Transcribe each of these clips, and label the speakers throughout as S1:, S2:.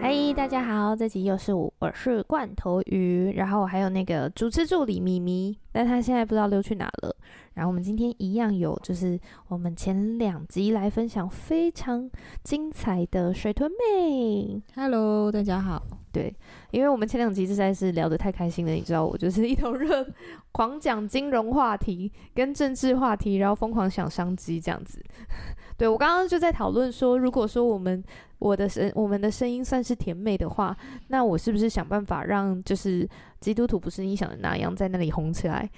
S1: 嗨，大家好，这集又是我，我是罐头鱼，然后还有那个主持助理咪咪，但她现在不知道溜去哪了。然后我们今天一样有，就是我们前两集来分享非常精彩的水豚妹，
S2: Hello，大家好，
S1: 因为我们前两集实在是聊得太开心了，你知道，我就是一头热，狂讲金融话题跟政治话题，然后疯狂想商机这样子。 对我刚刚就在讨论说，如果说我们我的声我们的声音算是甜美的话，那我是不是想办法让就是基督徒不是你想的那样在那里红起来？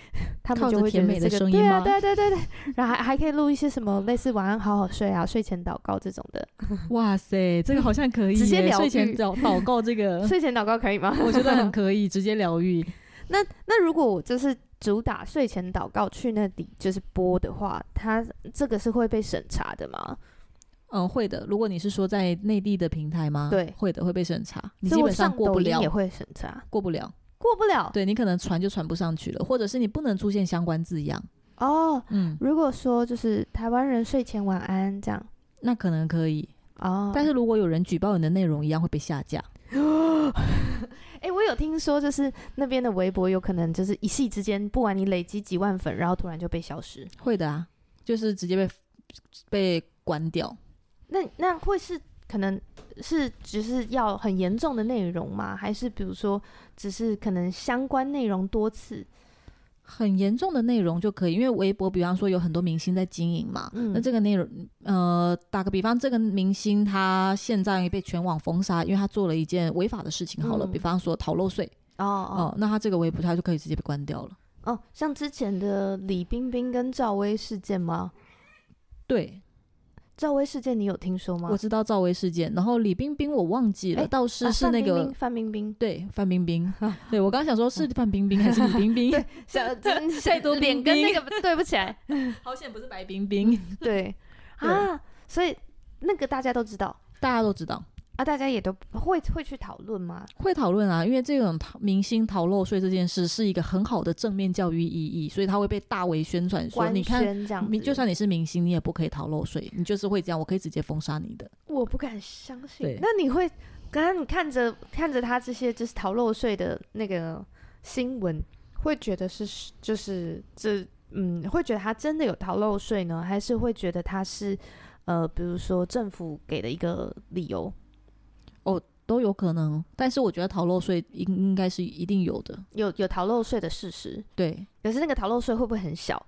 S1: 他们
S2: 靠
S1: 就
S2: 着
S1: 会觉
S2: 甜
S1: 得
S2: 美的
S1: 这个
S2: 声
S1: 对
S2: 音
S1: 啊，
S2: 吗
S1: 对啊对对对，然后还还可以录一些什么类似晚安好好睡啊、睡前祷告这种的。
S3: 哇塞，这个好像可以耶，
S1: 直接疗愈，
S3: 睡前祷祷告这个
S1: 睡前祷告可以吗？
S3: 我觉得很可以，直接疗愈。
S1: 那那如果我就是主打睡前祷告去那里就是播的话，它这个是会被审查的吗？
S3: 嗯，会的。如果你是说在内地的平台吗？
S1: 对
S3: 会的，会被审查，你
S1: 所
S3: 基
S1: 以我
S3: 本上
S1: 上
S3: 过
S1: 抖
S3: 不
S1: 音
S3: 了
S1: 也，会审查，
S3: 过不了。
S1: 过不了。
S3: 对你可能传就传不上去了，或者是你不能出现相关字样。
S1: 哦，
S3: 嗯，
S1: 如果说就是台湾人睡前晚安这样
S3: 那可能可以。
S1: 哦，
S3: 但是如果有人举报你的内容，一样会被下架。
S1: 哎、我有听说就是那边的微博有可能就是一夕之间，不管你累积几万粉，然后突然就被消失。
S3: 会的啊，就是直接被被关掉。
S1: 那那会是可能是只是要很严重的内容吗？还是比如说只是可能相关内容多次？
S3: 很严重的内容就可以，因为微博，比方说有很多明星在经营嘛，
S1: 嗯
S3: 那这个内容，呃，打个比方，这个明星他现在被全网封杀，因为他做了一件违法的事情。好了，
S1: 嗯
S3: 比方说逃漏税，
S1: 哦
S3: 哦、
S1: 哦
S3: 那他这个微博他就可以直接被关掉了。
S1: 哦，像之前的李冰冰跟赵薇事件吗？
S3: 对，
S1: 赵薇事件你有听说吗？
S3: 我知道赵薇事件，然后李冰冰我忘记了，
S1: 哎
S3: 倒是
S1: 啊
S3: 是那个、
S1: 范冰冰，
S3: 对范冰冰， 对我刚想说是范冰冰还是李冰 冰，
S1: 范冰嗯冰，小 太多脸跟那个对不起来，
S3: 好险不是白冰冰，
S1: 对啊，所以那个大家都知道
S3: 大家都知道。
S1: 啊，大家也都会会去讨论吗？
S3: 会讨论啊，因为这种逃明星逃漏税这件事是一个很好的正面教育意义，所以他会被大为宣传说，
S1: 官
S3: 你看
S1: 宣这样子，
S3: 你就算你是明星，你也不可以逃漏税，你就是会这样，我可以直接封杀你的。
S1: 我不敢相信
S3: 对。
S1: 那你会，刚刚你看着看着他这些就是逃漏税的那个新闻，会觉得是就是这嗯，会觉得他真的有逃漏税呢，还是会觉得他是呃，比如说政府给的一个理由，
S3: 都有可能，但是我觉得逃漏税应应该是一定有的，
S1: 有有逃漏税的事实，
S3: 对，
S1: 可是那个逃漏税会不会很小？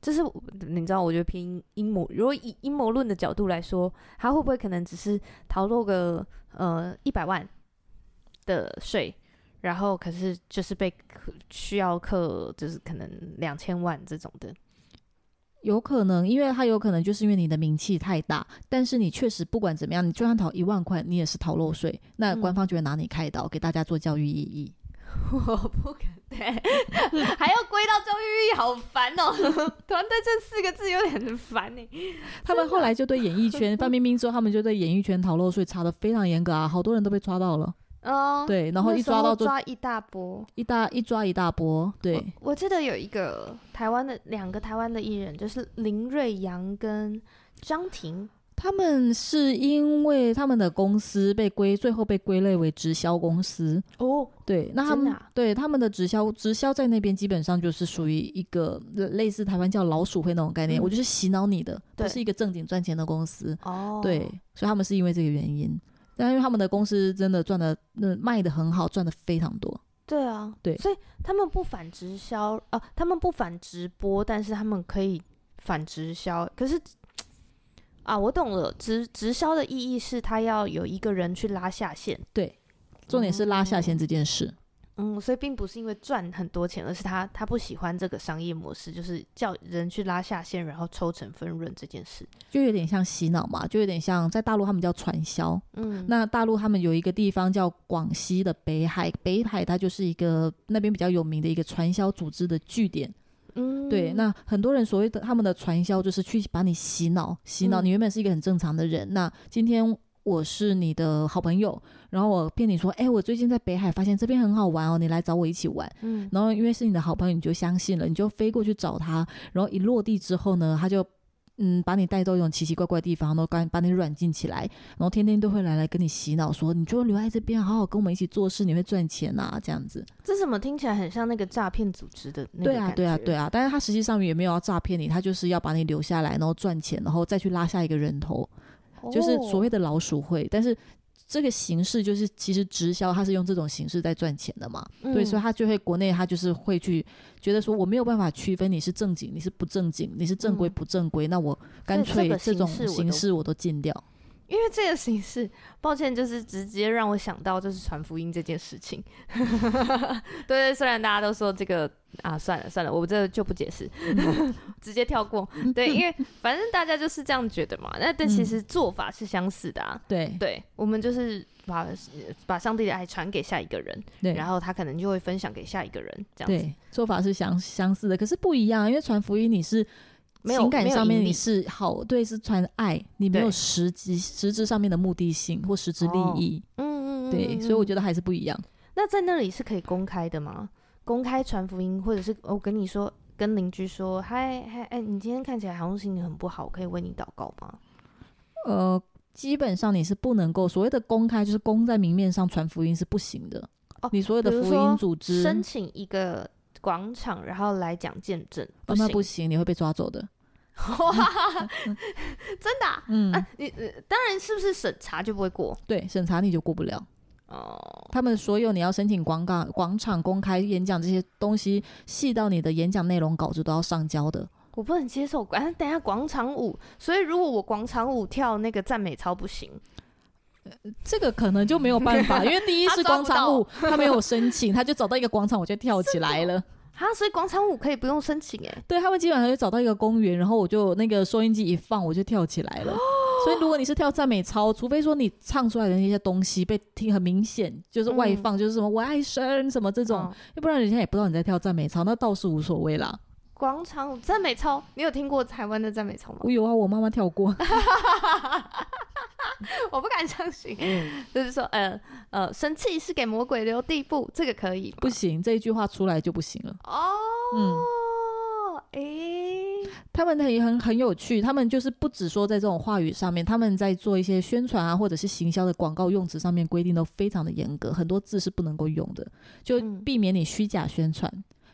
S1: 就是我你知道，我觉得偏阴阴谋。如果以阴谋论的角度来说，他会不会可能只是逃漏个呃一百万的税，然后可是就是被课需要课，就是可能两千万这种的。
S3: 有可能，因为他有可能就是因为你的名气太大，但是你确实不管怎么样，你就算逃一万块，你也是逃漏税，那
S1: 嗯
S3: 官方就会拿你开刀，给大家做教育意义。
S1: 我不敢对，还要归到教育意义，好烦 哦！团队这四个字有点烦欸呢。
S3: 他们后来就对演艺圈范冰冰之后，他们就对演艺圈逃漏税查的非常严格啊，好多人都被抓到了。
S1: 哦，
S3: 对，然后
S1: 那
S3: 一
S1: 时
S3: 抓
S1: 候
S3: 到就
S1: 抓一大波。
S3: 一大一抓一大波。对，
S1: 我记得有一个台湾的两个台湾的艺人，就是林瑞阳跟张庭。
S3: 他们是因为他们的公司被归最后被归类为直销公司。
S1: 哦，
S3: 对，那他
S1: 真的
S3: 们、
S1: 啊
S3: 对他们的直销直销在那边基本上就是属于一个类类似台湾叫老鼠会那种概念，
S1: 嗯
S3: 我就是洗脑你的，
S1: 对
S3: 不是一个正经赚钱的公司。
S1: 哦，
S3: 对，所以他们是因为这个原因。但因为他们的公司真的赚的，那卖的很好，赚的非常多。
S1: 对啊，
S3: 对
S1: 所以他们不反直销，哦、他们不反直播，但是他们可以反直销。可是啊，我懂了，直直销的意义是他要有一个人去拉下线。
S3: 重点是拉下线这件事。
S1: 嗯，所以并不是因为赚很多钱，而是他他不喜欢这个商业模式，就是叫人去拉下线，然后抽成分润这件事。
S3: 就有点像洗脑嘛，就有点像在大陆他们叫传销。
S1: 嗯，
S3: 那大陆他们有一个地方叫广西的北海，北海它就是一个那边比较有名的一个传销组织的据点。
S1: 嗯
S3: 对，那很多人所谓的他们的传销，就是去把你洗脑，洗脑
S1: 嗯
S3: 你原本是一个很正常的人，那今天。我是你的好朋友，然后我骗你说，哎、我最近在北海发现这边很好玩哦，你来找我一起玩。
S1: 嗯
S3: 然后因为是你的好朋友，你就相信了，你就飞过去找他，然后一落地之后呢，他就。嗯，把你带到一种奇奇怪怪的地方，然后把把你软禁起来，然后天天都会来来跟你洗脑说，你就留在这边，好好跟我们一起做事，你会赚钱啊，这样子。
S1: 这怎么听起来很像那个诈骗组织的那个
S3: 对啊，对啊，对
S1: 啊。
S3: 啊。但是他实际上也没有要诈骗你，他就是要把你留下来，然后赚钱，然后再去拉下一个人头，就是
S1: 哦
S3: 所谓的老鼠会。但是这个形式就是其实直销，它是用这种形式在赚钱的嘛。
S1: 哦
S3: 对，所
S1: 嗯
S3: 以他就会国内他就是会去觉得说，我没有办法区分你是正经，你是不正经，你是正规
S1: 嗯
S3: 不正规，那我干
S1: 所以
S3: 脆
S1: 这个
S3: 这种
S1: 形式我
S3: 形
S1: 都
S3: 式我都禁掉。
S1: 因为这个形式，抱歉，就是直接让我想到就是传福音这件事情。 对，虽然大家都说这个啊，算了算了，我这就不解释，
S3: 嗯
S1: 直接跳过。对，因为反正大家就是这样觉得嘛。那
S3: 嗯
S1: 但其实做法是相似的啊。
S3: 对
S1: 对，我们就是把把上帝的爱传给下一个人，
S3: 对，
S1: 然后他可能就会分享给下一个人，这样子。
S3: 对做法是相相似的，可是不一样，因为传福音你是。
S1: 没有
S3: 情感
S1: 没有
S3: 上面
S1: 盈利
S3: 你是好，对，是传爱，你没有
S1: 对
S3: 实际实质上面的目的性或实质利
S1: 哦
S3: 益，
S1: 嗯嗯嗯，
S3: 对，
S1: 嗯
S3: 所以我觉
S1: 嗯
S3: 得还是不一样。
S1: 那在那里是可以公开的吗？公开传福音，或者是哦我跟你说，跟邻居说，嗨嗨，哎，你今天看起来好像心情很不好，我可以为你祷告吗？
S3: 呃，基本上你是不能够所谓的公开，就是公在明面上传福音是不行的。
S1: 哦
S3: 你所有的
S1: 比如
S3: 福
S1: 说
S3: 音组织，
S1: 申请一个广场，然后来讲见证，
S3: 哦
S1: 不行，
S3: 那不行，你会被抓走的。
S1: 哇，真的啊、
S3: 嗯，
S1: 啊你呃当然是不是审查就不会过
S3: 对，审查你就过不了。
S1: 哦？
S3: 他们所有你要申请广告、广场公开演讲这些东西，细到你的演讲内容稿子都要上交的。
S1: 我不能接受，啊，等一下广场舞，所以如果我广场舞跳那个赞美操不行，
S3: 这个可能就没有 办法，因为第一
S1: 他
S3: 是
S1: 抓
S3: 广
S1: 不
S3: 场舞，他没有申请，他就找到一个广场我就跳起来了。
S1: 哈，所以广场舞可以不用申请哎、
S3: 对他们基本上就找到一个公园，然后我就那个收音机一放，我就跳起来 了。所以如果你是跳赞美操，除非说你唱出来的那些东西被听很明显，就是外放，
S1: 嗯
S3: 就是什么我爱神什么这
S1: 这
S3: 种，要不然人家也不知道你在跳赞美操，那倒是无所谓啦。
S1: 广场舞赞美操，你有听过台湾的赞美操吗？
S3: 我有啊，我妈妈跳过。
S1: 我不敢相信，嗯就是说，呃呃，神器是给魔鬼留地步，这个可以吗
S3: 不行，这一句话出来就不行了。嗯
S1: 哦，诶、
S3: 他们也很很有趣，他们就是不只说在这种话语上面，他们在做一些宣传啊，或者是行销的广告用词上面规定都非常的严格，很多字是不能够用的，就
S1: 嗯
S3: 避免你虚假宣传。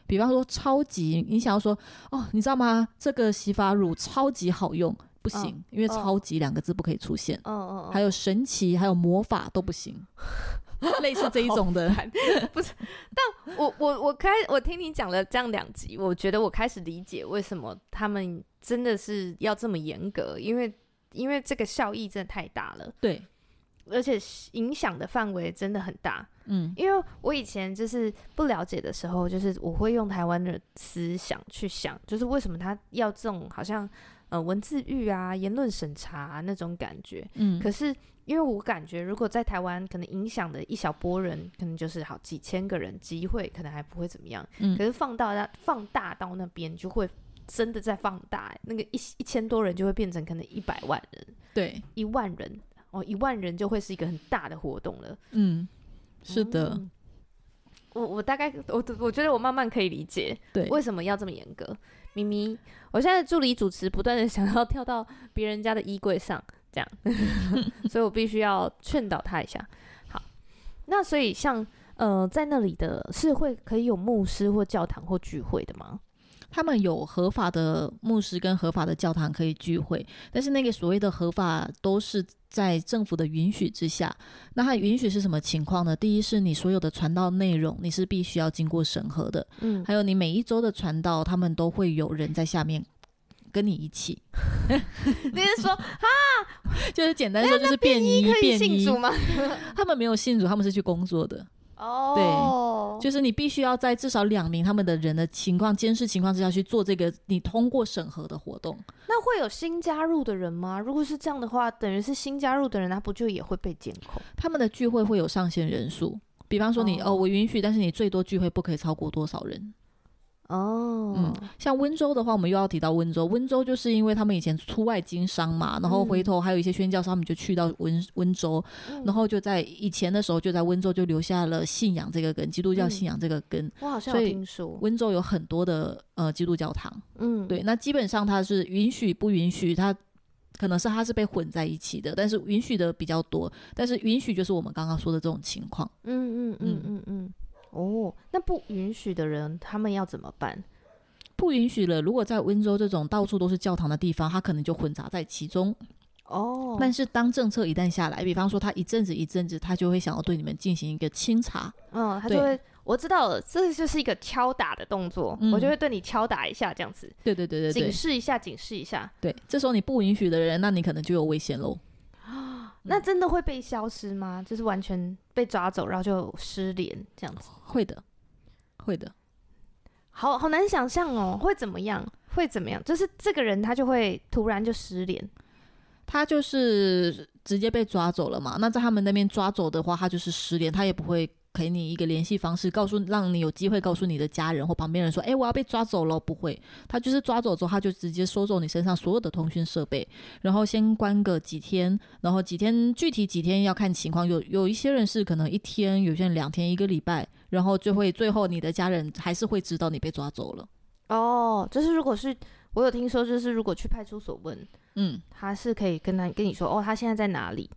S3: 比方说超级，你想要说哦，你知道吗？这个洗发乳超级好用，不行，因为
S1: 哦
S3: 超级两个字不可以出现。
S1: 嗯嗯
S3: 还有神奇，还有魔法都 不行，类似这一种的。
S1: 嗯，我我我开，我听你讲了这样两集，我觉得我开始理解为什么他们真的是要这么严格，因为因为这个效益真的太大了，
S3: 对，
S1: 而且影响的范围真的很大。
S3: 嗯，
S1: 因为我以前就是不了解的时候，就是我会用台湾的思想去想，就是为什么他要这种好像呃文字狱啊、言论审查、啊、那种感觉。
S3: 嗯，
S1: 可是因为我感觉，如果在台湾可能影响的一小波人，可能就是好几千个人集会，可能还不会怎么样。
S3: 嗯
S1: 可是放到那放大到那边，就会真的在放大、那个一一千多人就会变成可能一百万人、
S3: 对，
S1: 一万人哦，一万人就会是一个很大的活动了。
S3: 嗯，是的，
S1: 嗯我我大概我我觉得我慢慢可以理解
S3: 对，
S1: 为什么要这么严格。咪咪，我现在助理主持不断的 想要跳到别人家的衣柜上，这 样，所以我必须要劝导他一下。好，那所以像呃，在那里的是会可以有牧师或教堂或聚会的吗？
S3: 他们有合法的牧师跟合法的教堂可以聚会，但是那个所谓的合法都是在政府的允许之下。那它允许是什么情况呢？第一是你所有的传道内容你是必须要经过审核的，
S1: 嗯，
S3: 还有你每一周的传道，他们都会有人在下面。跟你一起，
S1: 你是 说
S3: 就是简单说就是便衣
S1: 可以
S3: 便
S1: 信
S3: 衣
S1: 主，吗？
S3: 他们没有信主，他们是去工作的。
S1: 哦，
S3: 就是你必须要在至少两名他们的人的情况监视情况之下去做这个你通过审核的活动。
S1: 那会有新加入的人吗？如果是这样的话，等于是新加入的人，他不就也会被监控？
S3: 他们的聚会会有上限人数，比方说你
S1: 哦
S3: 哦我允许，但是你最多聚会不可以超过多少人。
S1: 哦，
S3: 嗯像温州的话，我们又要提到温州。温州就是因为他们以前出外经商嘛，然后
S1: 嗯
S3: 回头还有一些宣教士，他们就去到温温州，
S1: 嗯
S3: 然后就在以前的时候就在温州就留下了信仰这个根，基督
S1: 嗯
S3: 教信仰这个根。
S1: 我好像
S3: 所
S1: 有
S3: 以
S1: 听说，
S3: 温州有很多的呃基督教堂，
S1: 嗯，
S3: 对，那基本上它是允许不允许，它可能是它是被混在一起的，但是允许的比较多，但是允许就是我们刚刚说的这种情况。
S1: 嗯，嗯嗯嗯嗯，哦，那不允许的人，他们要怎么办？
S3: 不允许了。如果在温州这种到处都是教堂的地方，它可能就混杂在其中。
S1: 哦，
S3: 但是当政策一旦下来，比方说它一阵子一阵子，它就会想要对你们进行一个清查。
S1: 嗯，他就
S3: 对
S1: 会，我知道了，这就是一个敲打的动作，
S3: 嗯
S1: 我就会对你敲打一下，这样子，
S3: 对对对对
S1: 警
S3: 对
S1: 示一下，警示一下，
S3: 对，这时候你不允许的人，那你可能就有危险喽。嗯
S1: 那真的会被消失吗？就是完全被抓走，然后就失联这样子，
S3: 会的，会的。
S1: 好好难想象哦，会怎么样？会怎么样？就是这个人他就会突然就失联，
S3: 他就是直接被抓走了嘛。那在他们那边抓走的话，他就是失联，他也不会给你一个联系方式，告诉让你有机会告诉你的家人或旁边人说：“哎、我要被抓走了。”不会，他就是抓走之后，他就直接收走你身上所有的通讯设备，然后先关个几天，然后几天具体几天要看情况。有有一些人是可能一天，有些人两天，一个礼拜，然后就会最后你的家人还是会知道你被抓走了。
S1: 哦，就是如果是我有听说，就是如果去派出所问，
S3: 嗯，
S1: 他是可以跟他跟你说，哦，他现在在哪里，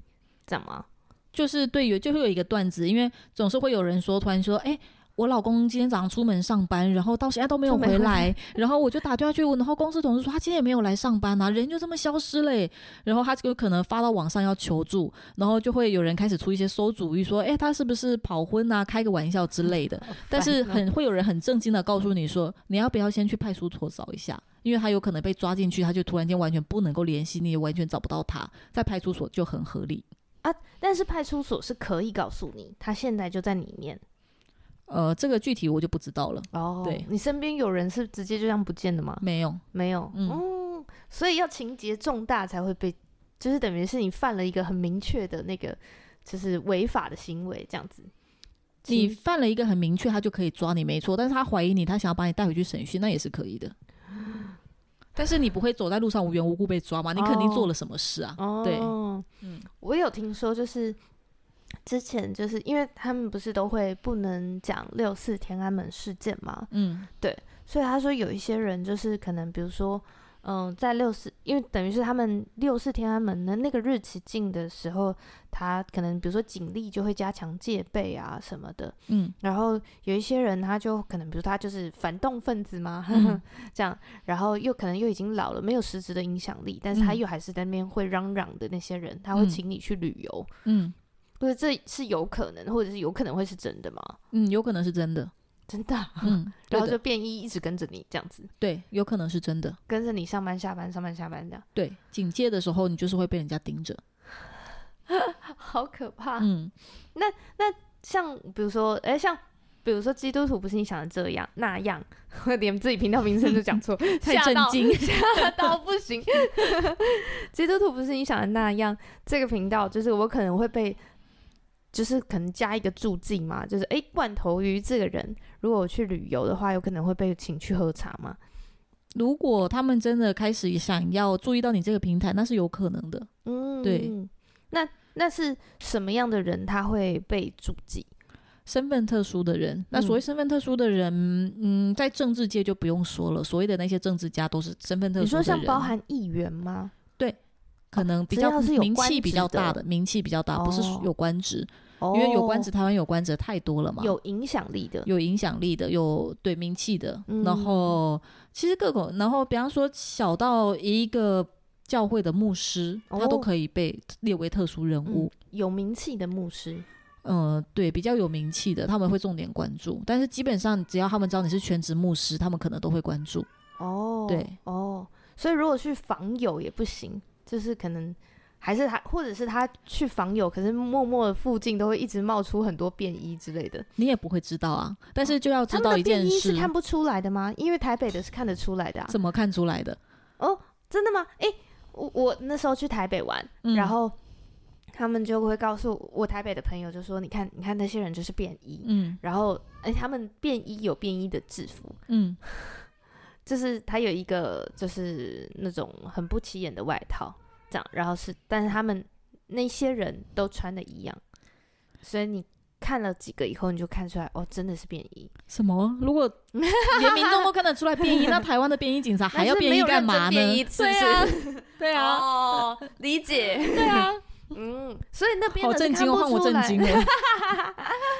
S1: 这样吗？
S3: 就是对有就会有一个段子，因为总是会有人说，突然说，哎、我老公今天早上出门上班，然后到现在都没有
S1: 就没
S3: 回
S1: 回
S3: 来，然后我就打电话去问，然后公司同事说他今天也没有来上班啊，人就这么消失嘞、然后他就可能发到网上要求助，然后就会有人开始出一些馊主意，说，哎、他是不是跑婚啊，开个玩笑之类的。但是很会有人很震惊的告诉你说，你要不要先去派出所找一下，因为他有可能被抓进去，他就突然间完全不能够联系你，也完全找不到他，在派出所就很合理。
S1: 但是派出所是可以告诉你，他现在就在里面。
S3: 呃，这个具体我就不知道了，
S1: 哦
S3: 对
S1: 你身边有人是直接就这样不见的吗？
S3: 没有。
S1: 没有，
S3: 嗯
S1: 嗯，所以要情节重大才会被，就是等于是你犯了一个很明确的那个，就是违法的行为这样子。
S3: 你
S1: 情
S3: 犯了一个很明确，他就可以抓你，没错。但是他怀疑你，他想要把你带回去审讯，那也是可以的。但是你不会走在路上无缘无故被抓嘛？你肯定
S1: 哦
S3: 做了什么事啊？
S1: 哦，
S3: 对
S1: 嗯
S3: 嗯，
S1: 我有听说，就是之前就是因为他们不是都会不能讲六四天安门事件吗？
S3: 嗯，
S1: 所以他说有一些人就是可能，比如说，嗯、在六四，因为等于是他们六四天安门的那个日期进的时候，他可能比如说警力就会加强戒备啊什么的。
S3: 嗯，
S1: 然后有一些人他就可能，比如他就是反动分子嘛，
S3: 嗯
S1: 这样，然后又可能又已经老了，没有实质的影响力，但是他
S3: 嗯
S1: 又还是在那边会嚷嚷的那些人，他会
S3: 嗯
S1: 请你去旅游，
S3: 嗯
S1: 就是这是有可能，或者是有可能会是真的吗？
S3: 嗯，有可能是 真的。
S1: 真的啊，
S3: 嗯，对
S1: 然后就
S3: 的，
S1: 便衣一直跟着你这样子。
S3: 对，有可能是真的。
S1: 跟着你上班下班，上班下班这样，
S3: 对，警戒的时候你就是会被人家盯着。
S1: 好可怕。
S3: 嗯，
S1: 像比如说，哎、像比如说基督徒不是你想的这样那样， 我连自己频道名称就讲错，
S3: 太
S1: 吓
S3: 震
S1: 到
S3: 惊
S1: 吓到不行。 基督徒不是你想的那样，这个频道就是我可能会被。就是可能加一个注记嘛，就是哎、诶罐头鱼这个人，如果我去旅游的话，有可能会被请去喝茶嘛。
S3: 如果他们真的开始想要注意到你这个平台，那是有可能的。
S1: 嗯，
S3: 对。
S1: 那那是什么样的人他会被注记？
S3: 身份特殊的人，那所谓身份特殊的人，嗯，在政治界就不用说了，所谓的那些政治家都是身份特
S1: 你
S3: 殊
S1: 说
S3: 的人，
S1: 像包含议员吗？
S3: 可能比较
S1: 只要是有
S3: 名
S1: 官职
S3: 气
S1: 的
S3: 比较大的，名气比较大，不是
S1: 哦
S3: 有官职，
S1: 哦
S3: 因为有官职，台湾有官职太多了嘛，
S1: 有影响力的，
S3: 有影响力的，有对名气的，
S1: 嗯
S3: 然后其实各种，然后比方说小到一个教会的牧师，
S1: 哦
S3: 他都可以被列为特殊人物
S1: 嗯。有名气的牧师，
S3: 嗯，对，比较有名气的，他们会重点关注，但是基本上只要他们知道你是全职牧师，他们可能都会关注。
S1: 哦
S3: 对，
S1: 哦，所以如果去访友也不行，就是可能还是他，或者是他去访友，可是默默的附近都会一直冒出很多便衣之类的。
S3: 你也不会知道啊。但是就要知
S1: 他
S3: 道
S1: 们
S3: 一
S1: 的便
S3: 件
S1: 衣
S3: 事
S1: 是，看不出来的吗？因为台北的是看得出来的啊。
S3: 怎么看出来的？
S1: 哦，真的吗？诶，我我那时候去台北玩，
S3: 嗯
S1: 然后他们就会告诉我台北的朋友，就说你看，你看那些人就是便衣，
S3: 嗯
S1: 然后哎、他们便衣有便衣的制服，
S3: 嗯，
S1: 就是他有一个就是那种很不起眼的外套，这样，然后是，但是他们那些人都穿的一样，所以你看了几个以后，你就看出来，哦，真的是便衣，
S3: 什么？如果连民众都看得出来便衣，那台湾的便衣警察还要
S1: 但是
S3: 便
S1: 没
S3: 衣
S1: 有
S3: 干
S1: 认真
S3: 嘛呢？
S1: 便衣是不
S3: 对
S1: 是？
S3: 啊， 对啊，
S1: 哦，理解，
S3: 对啊，
S1: 嗯，所以那边
S3: 好
S1: 的是
S3: 震惊哦，
S1: 看
S3: 换
S1: 不
S3: 我
S1: 出
S3: 震
S1: 来
S3: 惊 了。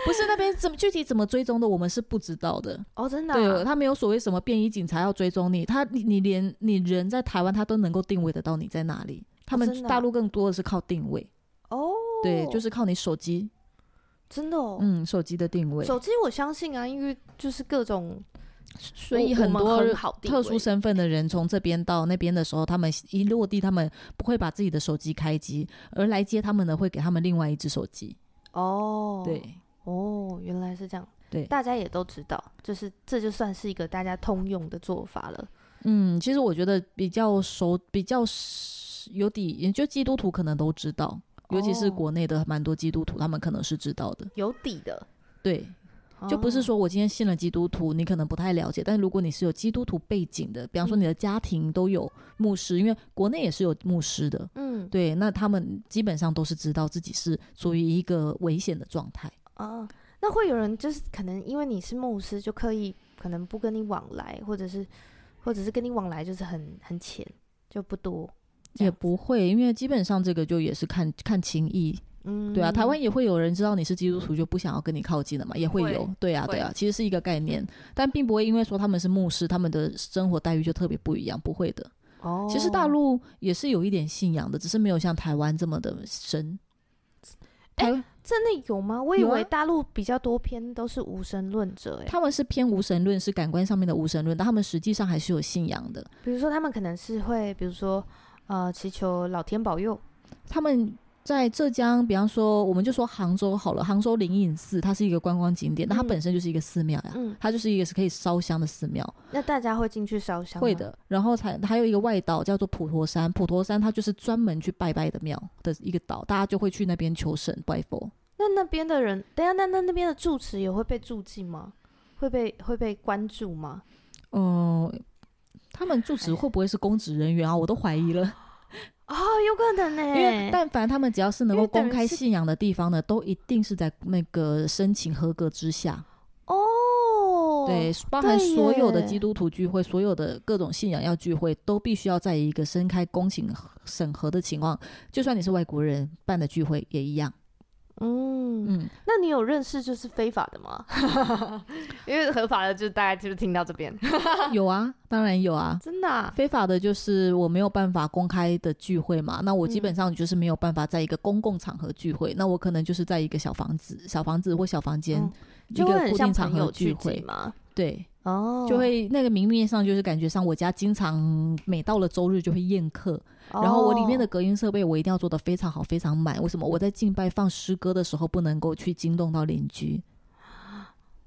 S3: 不是那边怎么具体怎么追踪的，我们是不知道的。
S1: 哦，真的啊、
S3: 对，他没有所谓什么便衣警察要追踪你，他你你连你人在台湾，他都能够定位得到你在哪里。他
S1: 真
S3: 们
S1: 的啊
S3: 大陆更多的是靠定位，
S1: 哦，
S3: 对，就是靠你手机，
S1: 真的哦。
S3: 嗯，手机的定位。
S1: 手机我相信啊，因为就是各种，
S3: 所以
S1: 我
S3: 很
S1: 我们
S3: 多
S1: 很好定
S3: 特
S1: 位
S3: 殊身份的人从这边到那边的时候，他们一落地，他们不会把自己的手机开机，而来接他们的会给他们另外一只手机。
S1: 哦，
S3: 对，
S1: 哦，原来是这样。
S3: 对
S1: 大家也都知道，就是这就算是一个大家通用的做法了。
S3: 嗯，其实我觉得比较熟、比较熟有底，就基督徒可能都知道，尤其是
S1: 哦
S3: 国内的蛮多基督徒，他们可能是知道的。
S1: 有底的，哦
S3: 对，就不是说我今天信了基督徒，你可能不太了解，但如果你是有基督徒背景的，比方说你的家庭都有牧师，因为国内也是有牧师的。
S1: 哦，嗯，
S3: 对，那他们基本上都是知道自己是处于一个危险的状态。
S1: 啊，那会有人就是可能因为你是牧师，就刻意可能不跟你往来，或者是或者是跟你往来就是很很浅，就不多。这
S3: 也
S1: 样子
S3: 不会，因为基本上这个就也是看看情谊，
S1: 嗯，
S3: 对啊，台湾也会有人知道你是基督徒就不想要跟你靠近了嘛，也会有
S1: 会，
S3: 对啊，
S1: 会
S3: 对啊，其实是一个概念，但并不会因为说他们是牧师，他们的生活待遇就特别不一样，不会的。
S1: 哦，
S3: 其实大陆也是有一点信仰的，只是没有像台湾这么的
S1: 哎
S3: 深。台、
S1: 真的有吗？我以
S3: 有啊
S1: 为大陆比较多篇都是无神论者，哎，
S3: 他们是偏无神论，是感官上面的无神论，但他们实际上还是有信仰的。
S1: 比如说他们可能是会，比如说呃，祈求老天保佑，
S3: 他们在浙江，比方说，我们就说杭州好了，杭州灵隐寺它是一个观光景点，但它
S1: 嗯
S3: 本身就是一个寺庙呀，
S1: 嗯，
S3: 它就是一个是可以烧香的寺庙，
S1: 那大家会进去烧香？
S3: 会，的。然后才还有一个外岛叫做普陀山，普陀山它就是专门去拜拜的庙的一个岛，大家就会去那边求神拜佛。
S1: 那那边的人，等一下那那那边的住持也会被住进吗？会被会被关注吗？
S3: 嗯、他们住持会不会是公职人员啊？我都怀疑了，
S1: 哦，有可能呢、
S3: 因为但凡他们只要是
S1: 因
S3: 能够
S1: 为等于
S3: 公开
S1: 是
S3: 信仰的地方呢，都一定是在那个申请合格之下。
S1: 哦，
S3: 对，包含
S1: 对
S3: 所有的
S1: 耶
S3: 基督徒聚会，所有的各种信仰要聚会，都必须要在一个公开公请审核的情况，就算你是外国人办的聚会也一样。
S1: 嗯，
S3: 嗯，
S1: 那你有认识就是非法的吗？ 因为合法的就大概就是听到这边，
S3: 有啊，当然有啊。
S1: 真的啊、
S3: 非法的就是我没有办法公开的聚会嘛，那我基
S1: 嗯
S3: 本上就是没有办法在一个公共场合聚会，那我可能就是在一个小房子、小房子或小房间、
S1: 嗯
S3: 一
S1: 就会
S3: 个
S1: 很
S3: 固
S1: 像
S3: 定场
S1: 朋
S3: 合
S1: 友
S3: 聚
S1: 聚
S3: 会
S1: 集，嘛。
S3: 对，
S1: 哦，
S3: 就会那个明面上就是感觉上我家经常每到了周日就会宴客，然后我里面的
S1: 哦
S3: 隔音设备我一定要做的非常好、非常满。为什么我在敬拜放诗歌的时候不能够去惊动到邻居？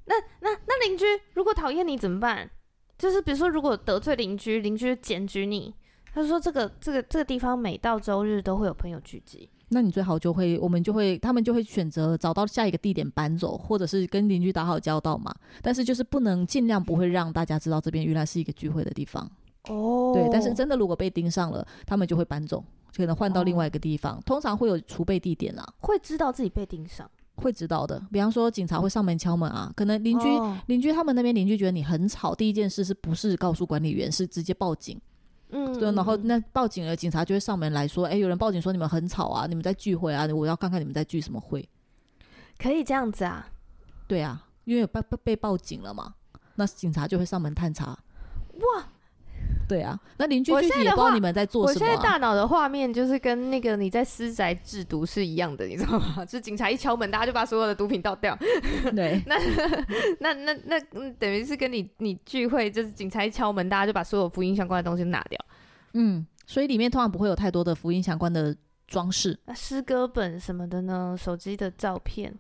S1: 那那那邻居如果讨厌你怎么办？就是比如说，如果得罪邻居，邻居检举你，他说这个这个这个地方每到周日都会有朋友聚集，
S3: 那你最好就会，我们就会，他们就会选择找到下一个地点搬走，或者是跟邻居打好交道嘛。但是就是不能尽量不会让大家知道这边原来是一个聚会的地方。
S1: 哦
S3: 对，但是真的如果被盯上了，他们就会搬走，就可能换到另
S1: 哦
S3: 外一个地方。通常会有储备地点啦，
S1: 会知道自己被盯上，
S3: 会知道的。比方说警察会上门敲门啊，可能邻居、
S1: 哦
S3: 邻居他们那边邻居觉得你很吵，第一件事是不是告诉管理员，是直接报警。
S1: 嗯，
S3: 对，然后
S1: 嗯嗯
S3: 那报警了，警察就会上门来说，哎，有人报警说你们很吵啊，你们在聚会啊，我要看看你们在聚什么会。
S1: 可以这样子啊，
S3: 对啊，因为有被被被报警了嘛，那警察就会上门探查。
S1: 哇！
S3: 对啊，那邻居
S1: 我
S3: 具
S1: 现在
S3: 体也
S1: 的
S3: 不知道
S1: 话
S3: 你们在做
S1: 我
S3: 什
S1: 现
S3: 么、
S1: 在
S3: 啊。
S1: 大脑的画面就是跟那个你在私宅制毒是一样的，你知道吗？ 就警察一敲门，大家就把所有的毒品倒掉。
S3: 对，
S1: 那那那那嗯等于是跟你你聚会，就是警察一敲门，大家就把所有福音相关的东西拿掉。
S3: 嗯，所以里面通常不会有太多的福音相关的装饰。
S1: 那诗歌本什么的呢？手机的照片，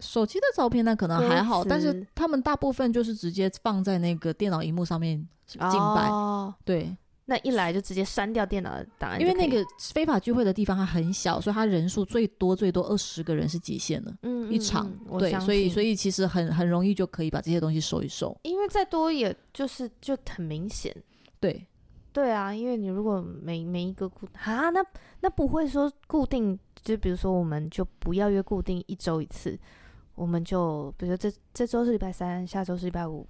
S3: 手机的照片那可能还好，
S1: 歌词
S3: 但是他们大部分就是直接放在那个电脑荧幕上面敬拜，
S1: 哦，
S3: 对，
S1: 那一来就直接删掉电脑的档案就
S3: 因
S1: 可
S3: 为
S1: 以了，
S3: 那个非法聚会的地方它很小，所以它人数最多最多二十个人是极限的。
S1: 嗯
S3: 一场、对，所以所
S1: 以
S3: 以其实很很容易就可以把这些东西收一收。
S1: 因为再多也就是就很明显，
S3: 对，
S1: 对啊，因为你如果每每一个固啊，那那不会说固定，就比如说我们就不要约固定一周一次，我们就比如说这这周是礼拜三，下周是礼拜五，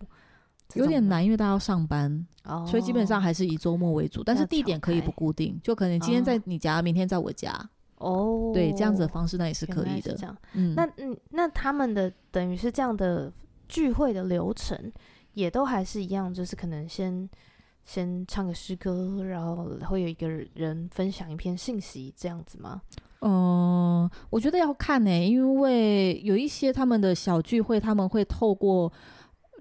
S1: 这
S3: 有
S1: 种
S3: 点
S1: 的
S3: 难，因为大家要上班，
S1: 哦，
S3: 所以基本上还是以周末为主，但是地点可以不固定，就可能今天在你家，明天在我家，
S1: 哦，
S3: 对，这样子的方式那也是
S1: 是
S3: 可以
S1: 是
S3: 的
S1: 这。样，
S3: 嗯，
S1: 那嗯，那他们的等于是这样的聚会的流程，也都还是一样，就是可能先先唱个诗歌，然后会有一个人分享一篇信息，这样子吗？
S3: 嗯，我觉得要看呢、因为有一些他们的小聚会，他们会透过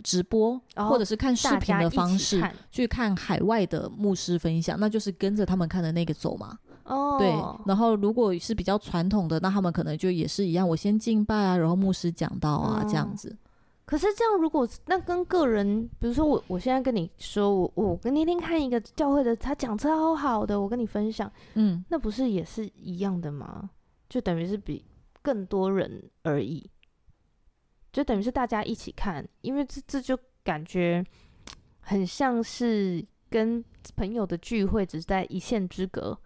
S3: 直播、
S1: 哦
S3: 或者是看视
S1: 大
S3: 频
S1: 家
S3: 的
S1: 一
S3: 方
S1: 起
S3: 式
S1: 看
S3: 去看海外的牧师分享，那就是跟着他们看的那个走嘛。
S1: 哦，
S3: 对，然后如果是比较传统的，那他们可能就也是一样，我先敬拜啊，然后牧师讲道啊，这样
S1: 嗯
S3: 子。
S1: 可是这样，如果是那跟个人，比如说我，我现在跟你说，我我跟天天看一个教会的，他讲超好的，我跟你分享，
S3: 嗯，
S1: 那不是也是一样的吗？就等于是比更多人而已，就等于是大家一起看，因为这这就感觉很像是跟朋友的聚会，只是在一线之隔而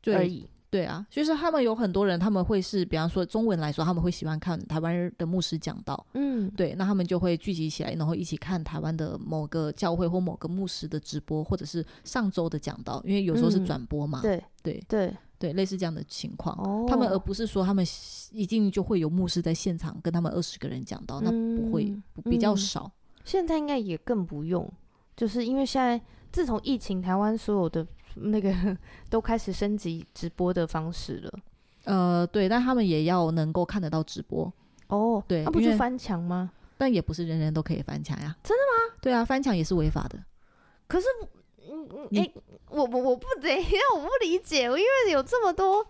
S3: 对
S1: 已。
S3: 对啊，就是他们有很多人，他们会是，比方说中文来说，他们会喜欢看台湾的牧师讲道。
S1: 嗯，
S3: 对，那他们就会聚集起来，然后一起看台湾的某个教会或某个牧师的直播，或者是上周的讲道，因为有时候是
S1: 嗯
S3: 转播嘛，
S1: 对
S3: 啊对
S1: 对
S3: 对，类似这样的情况。
S1: 哦，
S3: 他们而不是说他们一定就会有牧师在现场跟他们二十个人讲哦道，那不会、
S1: 嗯
S3: 不比较
S1: 嗯
S3: 少。
S1: 现在应该也更不用，就是因为现在自从疫情，台湾所有的那个 都开始升级直播的方式了。
S3: 呃，对，但他们也要能够看得到直播，
S1: 哦，
S3: 对
S1: 那、不
S3: 因
S1: 就
S3: 为
S1: 翻墙吗？
S3: 但也不是人人都可以翻墙呀。真的吗？对啊，翻墙也是违法的。
S1: 可是，嗯，嗯
S3: 你
S1: 哎、我我我不等一下，我不理解，因为有这么多，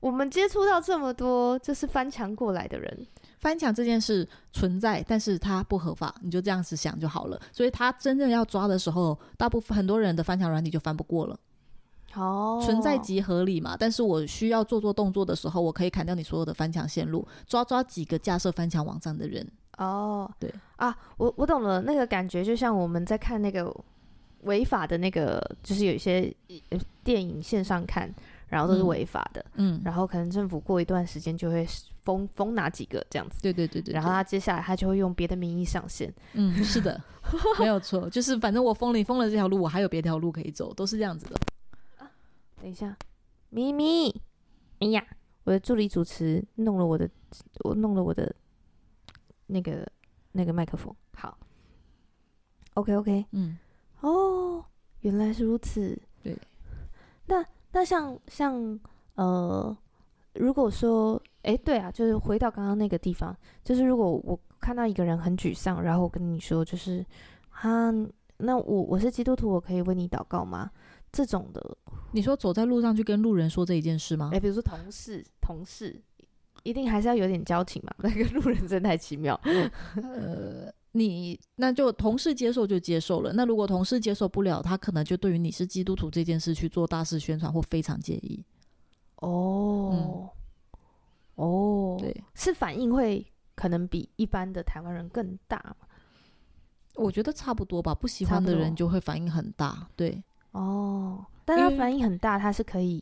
S1: 我们接触到这么多就是翻墙过来的人，
S3: 翻墙这件事存在，但是它不合法，你就这样子想就好了。所以他真正要抓的时候，大部分很多人的翻墙软体就翻不过了。
S1: 哦
S3: 存在即合理嘛，但是我需要做做动作的时候，我可以砍掉你所有的翻墙线路，抓抓几个架设翻墙网站的人。
S1: 哦，
S3: 对
S1: 啊，我我懂了，那个感觉就像我们在看那个违法的那个，就是有一些呃电影线上看，然后都是
S3: 嗯
S1: 违法的，
S3: 嗯，
S1: 然后可能政府过一段时间就会封封哪几个这样子，
S3: 对对对对对
S1: 然后他接下来他就会用别的名义上线，
S3: 嗯，是的，没有错，就是反正我封了封了这条路，我还有别条路可以走，都是这样子的。
S1: 等一下，咪咪，哎呀，我的助理主持弄了我的，我弄了我的那个那个麦克风。好，OK OK，
S3: 嗯，
S1: 哦，原来是如此。
S3: 对，
S1: 那那像像呃，如果说，哎，对啊，就是回到刚刚那个地方，就是如果我看到一个人很沮丧，然后我跟你说，就是啊，那我我是基督徒，我可以为你祷告吗？这种的
S3: 你说走在路上去跟路人说这一件事吗
S1: 哎、？比如说同事，同事一定还是要有点交情嘛。 那个路人真的太奇
S3: 嗯
S1: 妙。
S3: 呃，你那就同事接受就接受了。那如果同事接受不了，他可能就对于你是基督徒这件事去做大肆宣传或非常介意。
S1: 哦，哦，
S3: 对，
S1: 是反应会可能比一般的台湾人更大嘛？
S3: 我觉得差不多吧。不喜
S1: 差
S3: 欢
S1: 不
S3: 的人
S1: 多
S3: 就会反应很大。对，
S1: 哦，但
S3: 因
S1: 他
S3: 为
S1: 反应很大，他是可以，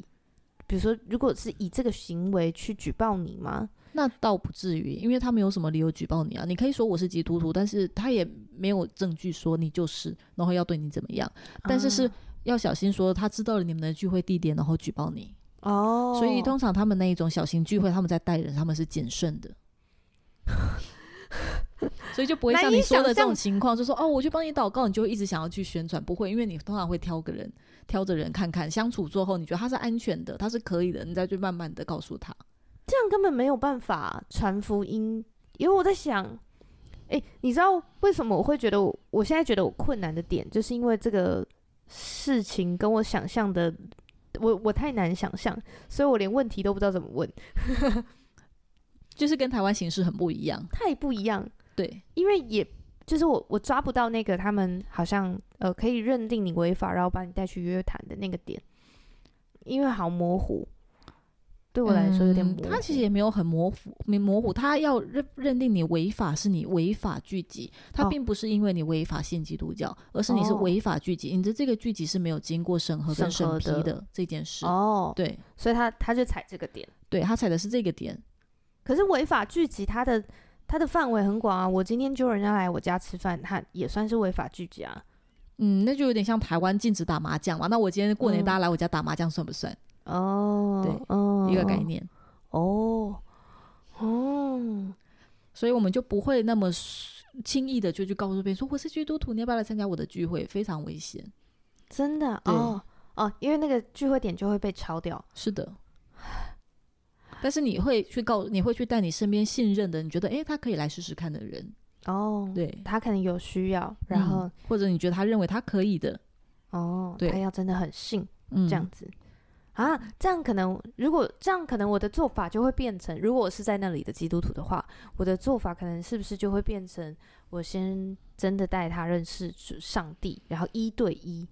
S1: 比如说，如果是以这个行为去举报你吗？
S3: 那倒不至于，因为他没有什么理由举报你啊。你可以说我是基督徒，但是他也没有证据说你就是，然后要对你怎么样。但是是
S1: 啊
S3: 要小心说他知道了你们的聚会地点，然后举报你。
S1: 哦，
S3: 所以通常他们那一种小型聚会，他们在带人，他们是谨慎的， 所以就不会像
S1: 难以
S3: 你说的
S1: 想
S3: 这种
S1: 象
S3: 情况，就说哦，我去帮你祷告，你就会一直想要去宣传，不会，因为你通常会挑个人，挑着人看看，相处之后，你觉得他是安全的，他是可以的，你再去慢慢的告诉他。
S1: 这样根本没有办法传福音，因为我在想，诶，你知道为什么我会觉得我我现在觉得我困难的点，就是因为这个事情跟我想象的我我太难想象，所以我连问题都不知道怎么问，
S3: 就是跟台湾形式很不一样。
S1: 太不一样。
S3: 对，
S1: 因为也就是我我抓不到那个他们好像呃可以认定你违法，然后把你带去约谈的那个点，因为好模糊，对我来说有点模糊。
S3: 他嗯其实也没有很模糊，没模糊，他要认认定你违法是你违法聚集，他
S1: 哦
S3: 并不是因为你违法信基督教，而是你是
S1: 哦
S3: 违法聚集，你的这个聚集是没有经过审核跟
S1: 审
S3: 审
S1: 核
S3: 批
S1: 的
S3: 的这件事。
S1: 哦，
S3: 对，
S1: 所以他他就踩这个点。
S3: 对他踩的是这个点，
S1: 可是违法聚集，它的它的范围很广啊。我今天揪人家来我家吃饭，他也算是违法聚集啊。
S3: 嗯，那就有点像台湾禁止打麻将嘛。那我今天过年
S1: 嗯
S3: 大家来我家打麻将算不算、
S1: 哦
S3: 对
S1: 哦
S3: 一个概。念？
S1: 哦，哦，
S3: 所以我们就不会那么轻易的就去告诉别人说我是基督徒，你要不要来参加我的聚会？非常危险。
S1: 真的啊
S3: 对
S1: 哦哦，因为那个聚会点就会被抄掉。
S3: 是的，但是你会去告，你会去带你身边信任的，你觉得诶，他可以来试试看的人，
S1: 哦，
S3: 对，
S1: 他可能有需要，然后
S3: 嗯、、或者你觉得他认为他可以的，
S1: 哦，
S3: 对
S1: 他要真的很信
S3: 嗯，
S1: 这样子。啊，这样可能，如果这样可能，我的做法就会变成，如果我是在那里的基督徒的话，我的做法可能是不是就会变成，我先真的带他认识主上帝，然后一对一，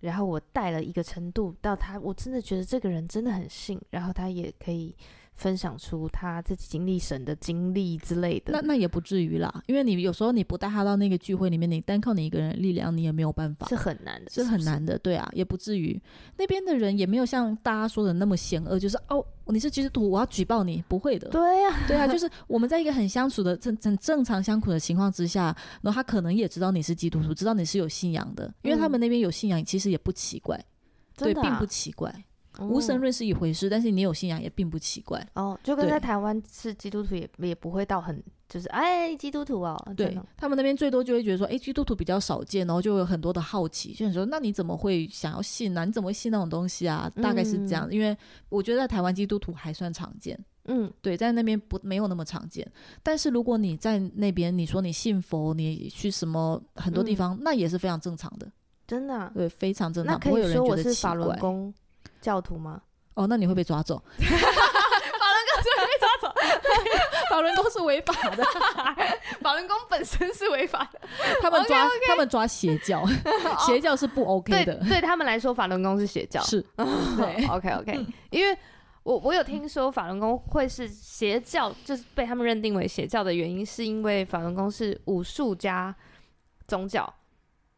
S1: 然后我带了一个程度到他，我真的觉得这个人真的很信，然后他也可以分享出他自己经历神的经历之类的。
S3: 那那也不至于啦，因为你有时候你不带他到那个聚会里面，你单靠你一个人的力量，你也没有办法。
S1: 是很难的，
S3: 是
S1: 不
S3: 很。难的，对啊，也不至于。那边的人也没有像大家说的那么险恶，就是哦，你是基督徒，我要举报你，不会的。
S1: 对呀、
S3: 对啊，就是我们在一个很相处的正很正常相处的情况之下，然后他可能也知道你是基督徒，知道你是有信仰的，因为他们那边有信仰，其实也不奇怪，对，
S1: 嗯真的啊、嗯
S3: 并不奇怪。无神论是一回事，但是你有信仰也并不奇怪。
S1: 哦，就跟
S3: 对
S1: 在台湾是基督徒也也不会到很就是哎基督徒哦，这
S3: 对
S1: 种
S3: 他们那边最多就会觉得说，哎，基督徒比较少见，然后就有很多的好奇，就想说，那你怎么会想要信呢、你怎么会信那种东西啊？大概是这样，因为我觉得在台湾基督徒还算常见。
S1: 嗯
S3: 对，在那边不没有那么常见。但是如果你在那边，你说你信佛，你去什么很多地
S1: 嗯
S3: 方，那也是非常正常的，
S1: 真的啊、
S3: 对，非常正
S1: 那
S3: 常，
S1: 可
S3: 不会
S1: 以
S3: 有人
S1: 说
S3: 觉
S1: 我
S3: 得
S1: 是
S3: 奇
S1: 法轮
S3: 怪。
S1: 功教徒吗？
S3: 哦，那你会被抓走。 法轮功是违法的，
S1: 法轮功本身是违法的，
S3: 他们抓他们抓邪教，邪教是不 OK
S1: 对，哦
S3: 的，
S1: 对他们来说法轮功是邪教。
S3: 是， 对
S1: OK OK，因为我我有听说法轮功会是邪教，就是被他们认定为邪教的原因，是因为法轮功是武术加宗教。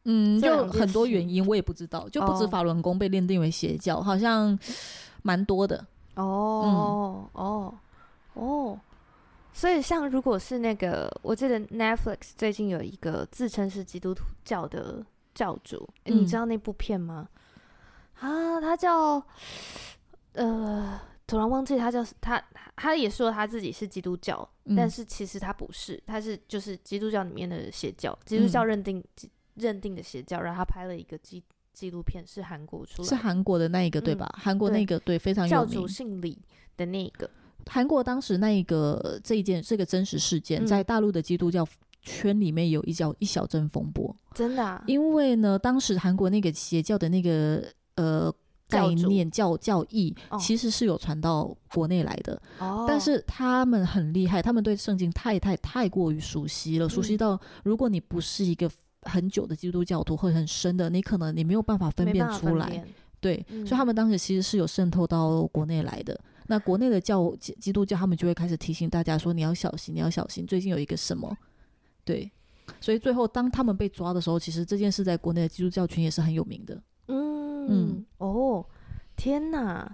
S3: 嗯，
S1: 这
S3: 就
S1: 两件
S3: 很多
S1: 事
S3: 原因，我也不知道，就不止
S1: 哦
S3: 法轮功被认定为邪教，好像蛮多的。
S1: 哦、
S3: 嗯
S1: 哦哦，所以像如果是那个，我记得 Netflix 最近有一个自称是基督徒教的教主，你知
S3: 嗯
S1: 道那部片吗？啊，他叫呃，突然忘记他叫他，他也说他自己是基督教，
S3: 嗯
S1: 但是其实他不是，他是就是基督教里面的邪教，基督教
S3: 嗯
S1: 认定、认定的邪教，然后他拍了一个纪纪录片，是韩国出来
S3: 是
S1: 的
S3: 韩国的那一个对
S1: 嗯
S3: 吧？韩国
S1: 对
S3: 那个对非常有
S1: 教
S3: 名，
S1: 主姓李的那个。
S3: 韩国当时那一个呃这一件这个真实事件，
S1: 嗯
S3: 在大陆的基督教圈里面有一小一小阵风波，
S1: 真的、啊，
S3: 因为呢，当时韩国那个邪教的那个呃。概
S1: 教主
S3: 念教教义
S1: 哦
S3: 其实是有传到国内来的，
S1: 哦
S3: 但是他们很厉害，他们对圣经太太太过于熟悉
S1: 嗯
S3: 了，熟悉到如果你不是一个很久的基督教徒或者很深的，你可能你没有办法分
S1: 没
S3: 辨
S1: 办法
S3: 出来。
S1: 辨
S3: 对，
S1: 嗯
S3: 所以他们当时其实是有渗透到国内来的。那国内的教基基督教，他们就会开始提醒大家说：“你要小心，你要小心，最近有一个什么？”对，所以最后当他们被抓的时候，其实这件事在国内的基督教群也是很有名的。
S1: 嗯
S3: 嗯
S1: 哦，天哪！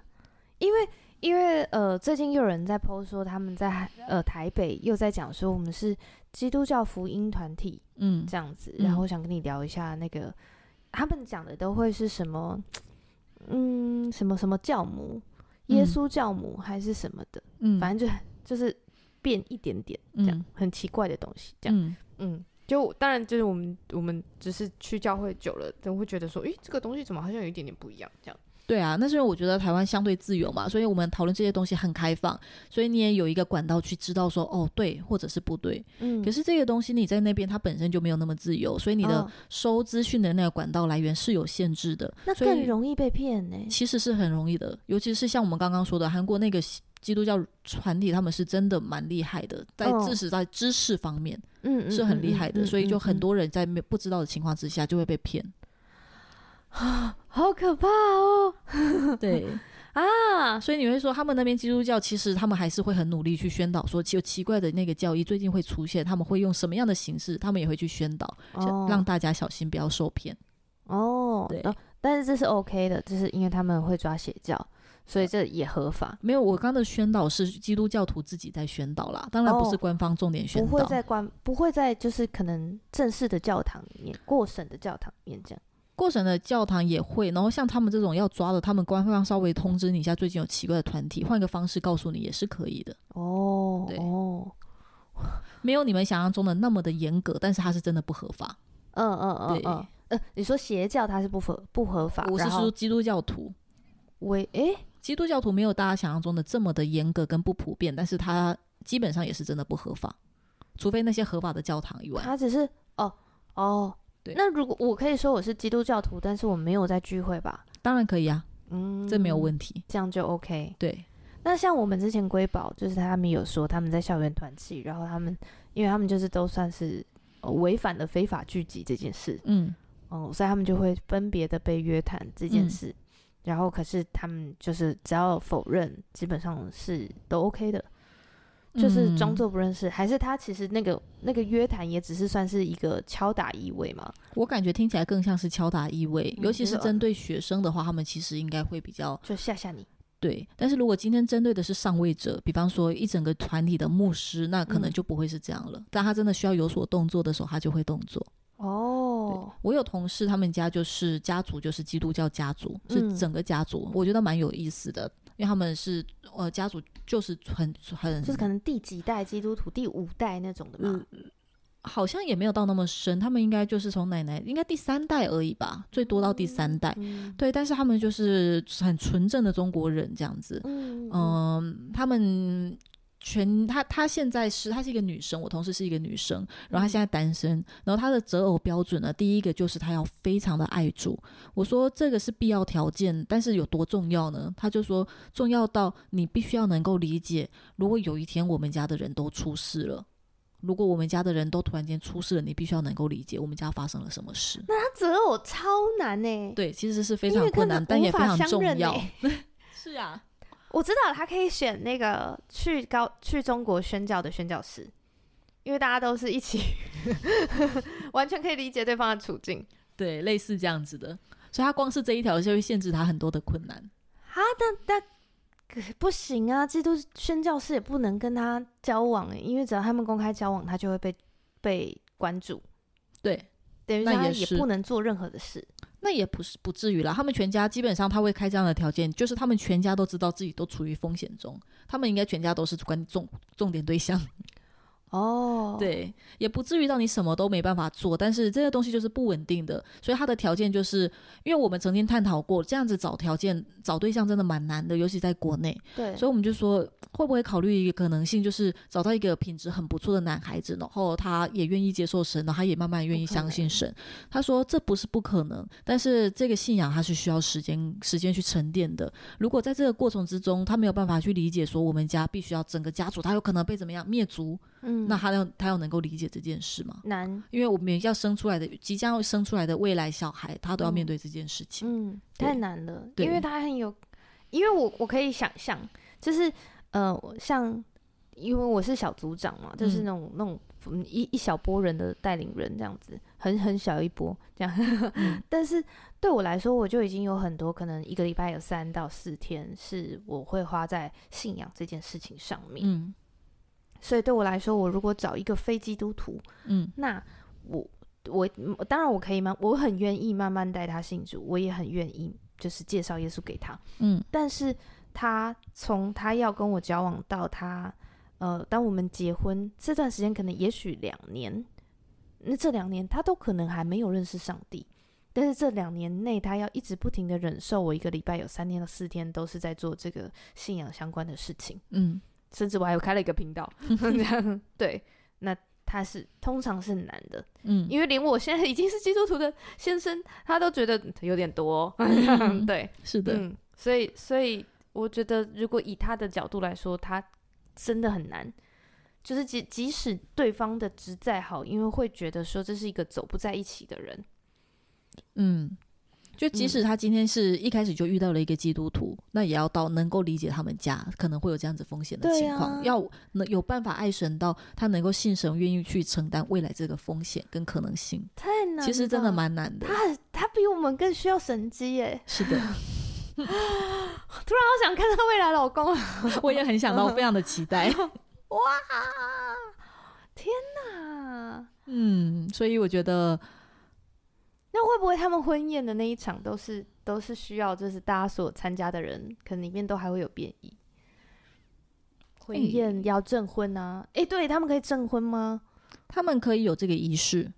S1: 因为因为呃，最近又有人在 PO 说他们在呃台北又在讲说我们是基督教福音团体
S3: 嗯
S1: 这样子，
S3: 嗯
S1: 然后我想跟你聊一下那个他们讲的都会是什么？嗯，什么什么教母，耶
S3: 嗯
S1: 稣教母还是什么的，
S3: 嗯
S1: 反正就就是变一点点这样，
S3: 嗯
S1: 很奇怪的东西这样。
S3: 嗯
S1: 嗯，就当然就是我们我们只是去教会久了，总会觉得说，诶，这个东西怎么好像有一点点不一样这样。
S3: 对啊，那是因为我觉得台湾相对自由嘛，所以我们讨论这些东西很开放，所以你也有一个管道去知道说哦对或者是不对。
S1: 嗯
S3: 可是这个东西你在那边它本身就没有那么自由，所以你的
S1: 哦
S3: 收资讯的那个管道来源是有限制的，
S1: 那
S3: 所以
S1: 更容易被骗呢、
S3: 其实是很容易的。尤其是像我们刚刚说的韩国那个基督教团体，他们是真的蛮厉害的，在
S1: 哦
S3: 知识在知识方面
S1: 嗯，嗯
S3: 是很厉害的，所以就
S1: 嗯
S3: 很、
S1: 嗯嗯
S3: 多人在没不知道的情况之下就会被 骗。
S1: 嗯嗯好可怕哦
S3: 对。
S1: 啊！
S3: 所以你会说，他们那边基督教其实他们还是会很努力去宣导，说有奇怪的那个教义最近会出现，他们会用什么样的形式，他们也会去宣导，
S1: 哦
S3: 让大家小心不要受骗。
S1: 哦，
S3: 对
S1: 哦但是这是 OK 的，就是因为他们会抓邪教，所以这也合法，
S3: 没有，我刚刚的宣导是基督教徒自己在宣导啦，当然不是
S1: 哦
S3: 官方重点宣
S1: 不
S3: 导。
S1: 会在官，不会在就是可能正式的教堂里面、过审的教堂里面这样。
S3: 过审的教堂也会，然后像他们这种要抓的，他们官方稍微通知你一下，最近有奇怪的团体，换个方式告诉你也是可以的，
S1: 哦
S3: 对
S1: 哦，
S3: 没有你们想象中的那么的严格，但是它是真的不合法。
S1: 嗯嗯嗯
S3: 对
S1: 嗯，呃，你说邪教它是不合不合法，
S3: 我是
S1: 然后
S3: 说基督教徒，
S1: 违诶，
S3: 基督教徒没有大家想象中的这么的严格跟不普遍，但是它基本上也是真的不合法，除非那些合法的教堂以外。
S1: 它只是哦哦，
S3: 对
S1: 那如果我可以说我是基督教徒，但是我没有在聚会吧？
S3: 当然可以啊，
S1: 嗯，
S3: 这没有，问题。
S1: 这样就 OK。
S3: 对，
S1: 那像我们之前瑰宝，就是他们有说他们在校园团契，然后他们，因为他们就是都算是呃违反了非法聚集这件事，
S3: 嗯，
S1: 哦，所以他们就会分别的被约谈这件
S3: 嗯
S1: 事。然后，可是他们就是只要否认，基本上是都 OK 的，就是装
S3: 嗯
S1: 作不认识，还是他其实那个那个约谈也只是算是一个敲打意味嘛？
S3: 我感觉听起来更像是敲打意味，
S1: 嗯
S3: 尤其
S1: 就是是
S3: 针对学生的话，他们其实应该会比较
S1: 就吓吓你，
S3: 对，但是如果今天针对的是上位者，比方说一整个团体的牧师，那可能
S1: 嗯
S3: 就不会是这样了。但他真的需要有所动作的时候，他就会动作。对
S1: 哦，
S3: 我有同事，他们家就是家族就是基督教家族，
S1: 嗯
S3: 是整个家族，我觉得蛮有意思的，因为他们是呃家族就是很很
S1: 就是可能第几代基督徒，第五代那种的嘛。
S3: 嗯好像也没有到那么深，他们应该就是从奶奶应该第三代而已吧，最多到第三代。
S1: 嗯
S3: 对，但是他们就是很纯正的中国人这样子。
S1: 嗯
S3: 嗯，他们全她她现在是她是一个女生，我同事是一个女生，
S1: 嗯
S3: 然后她现在单身，然后她的择偶标准呢，第一个就是她要非常的爱主。我说这个是必要条件，但是有多重要呢？她就说重要到你必须要能够理解，如果有一天我们家的人都出事了。如果我们家的人都突然间出事了，你必须要能够理解我们家发生了什么事。
S1: 他择偶超难呢、
S3: 对，其实是非
S1: 因为
S3: 常困
S1: 根
S3: 难，
S1: 本
S3: 但
S1: 无
S3: 也非
S1: 法
S3: 常
S1: 相
S3: 重
S1: 认
S3: 要
S1: 欸。
S3: 是啊，
S1: 我知道他可以选那个去高去中国宣教的宣教师，因为大家都是一起，完全可以理解对方的处境。
S3: 对，类似这样子的。所以他光是这一条就会限制他很多的困难。
S1: 哈，但但可不行啊，基督宣教师也不能跟他交往诶、因为只要他们公开交往，他就会被被关注，
S3: 对，
S1: 等于
S3: 那
S1: 说他
S3: 也
S1: 也
S3: 是
S1: 不能做任何的事。
S3: 那也不是不至于啦。他们全家基本上他会开这样的条件，就是他们全家都知道自己都处于风险中，他们应该全家都是关重重点对象。
S1: 哦，，
S3: 对，也不至于让你什么都没办法做。但是这个东西就是不稳定的，所以他的条件就是，因为我们曾经探讨过，这样子找条件找对象真的蛮难的，尤其在国内。
S1: 对，
S3: 所以我们就说，会不会考虑一个可能性，就是找到一个品质很不错的男孩子，然后他也愿意接受神，然后他也慢慢愿意相信神。他说这不是不可能，但是这个信仰它是需要时间时间去沉淀的。如果在这个过程之中，他没有办法去理解说我们家必须要整个家族，他有可能被怎么样灭族，
S1: 嗯
S3: 那他要他要能够理解这件事吗？
S1: 难，
S3: 因为我们要生出来的，即将要生出来的未来小孩，他都要
S1: 嗯
S3: 面对这件事情。
S1: 嗯，
S3: 对
S1: 太难了，
S3: 对
S1: 因为他很有，因为我我可以想象，就是呃，我像因为我是小组长嘛，就是
S3: 嗯
S1: 那种、那种嗯一一小波人的带领人这样子，很很小一波这样，
S3: 嗯
S1: 但是对我来说，我就已经有很多可能一个礼拜有三到四天是我会花在信仰这件事情上面，
S3: 嗯
S1: 所以对我来说，我如果找一个非基督徒，
S3: 嗯
S1: 那我我嗯当然我可以慢，我很愿意慢慢带他信主，我也很愿意就是介绍耶稣给他。
S3: 嗯
S1: 但是他从他要跟我交往到他呃，当我们结婚这段时间，可能也许两年，那这两年他都可能还没有认识上帝，但是这两年内，他要一直不停的忍受我一个礼拜有三天到四天都是在做这个信仰相关的事情，
S3: 嗯，
S1: 甚至我还有开了一个频道， 这样对。那他是通常是男的，
S3: 嗯，
S1: 因为连我现在已经是基督徒的先生，他都觉得有点多、哦
S3: 嗯
S1: 对，
S3: 是的，
S1: 嗯，所以所以我觉得，如果以他的角度来说，他真的很难。就是即即使对方的值再好，因为会觉得说这是一个走不在一起的人，
S3: 嗯，就即
S1: 嗯
S3: 使他今天是一开始就遇到了一个基督徒，那也要到能够理解他们家可能会有这样子风险的
S1: 对
S3: 情况，
S1: 啊
S3: 要能有办法爱神到他能够信神，愿意去承担未来这个风险跟可能性，
S1: 太难了。
S3: 其实真的蛮难的。
S1: 他比我们更需要神机耶！
S3: 是 的，
S1: 好想看他未来老公啊！
S3: 我也很想到，非常的期 待。
S1: 哇，天哪！
S3: 嗯，所以我觉得，
S1: 那会不会他们婚宴的那一场都是都是需要，就是大家所参加的人，可能里面都还会有变异？
S3: 哎
S1: 婚宴要证婚啊？哎、对他们可以证婚吗？
S3: 他们可以有这个仪式，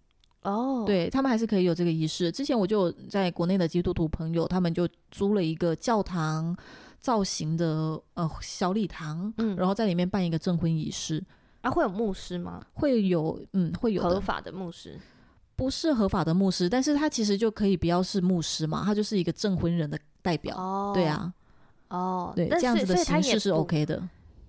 S1: 哦，，
S3: 对他们还是可以有这个仪式。之前我就有在国内的基督徒朋友，他们就租了一个教堂造型的呃小礼堂，
S1: 嗯
S3: 然后在里面办一个证婚仪式，
S1: 啊，会有牧师吗？
S3: 会有嗯会有
S1: 合
S3: 的
S1: 法的牧师
S3: 不是合法的牧师，但是他其实就可以不要是牧师嘛，他就是一个证婚人的代表，
S1: 哦
S3: 对，啊，
S1: 哦，
S3: 对
S1: 但
S3: 这样
S1: 所
S3: 子
S1: 以
S3: 的
S1: 所以他
S3: 形
S1: 也
S3: 式是
S1: 不
S3: OK 的，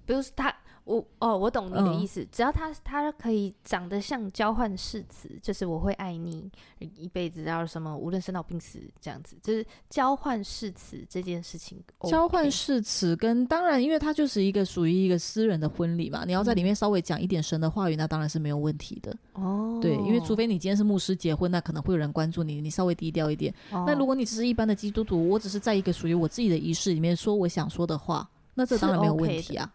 S1: 比如说他，我哦，我懂你的
S3: 嗯
S1: 意思。只要他他可以长得像交换誓词，就是我会爱你一辈子，然后什么无论生老病死这样子，就是交换誓词这件事情 OK、
S3: 交换誓词跟当然，因为它就是一个属于一个私人的婚礼嘛，你
S1: 嗯
S3: 要在里面稍微讲一点神的话语，那当然是没有问题的。
S1: 哦，
S3: 对，因为除非你今天是牧师结婚，那可能会有人关注你，你稍微低调一点。
S1: 哦
S3: 那如果你只是一般的基督徒，我只是在一个属于我自己的仪式里面说我想说的话，那这
S1: 是
S3: 当然没有
S1: OK
S3: 问题啊。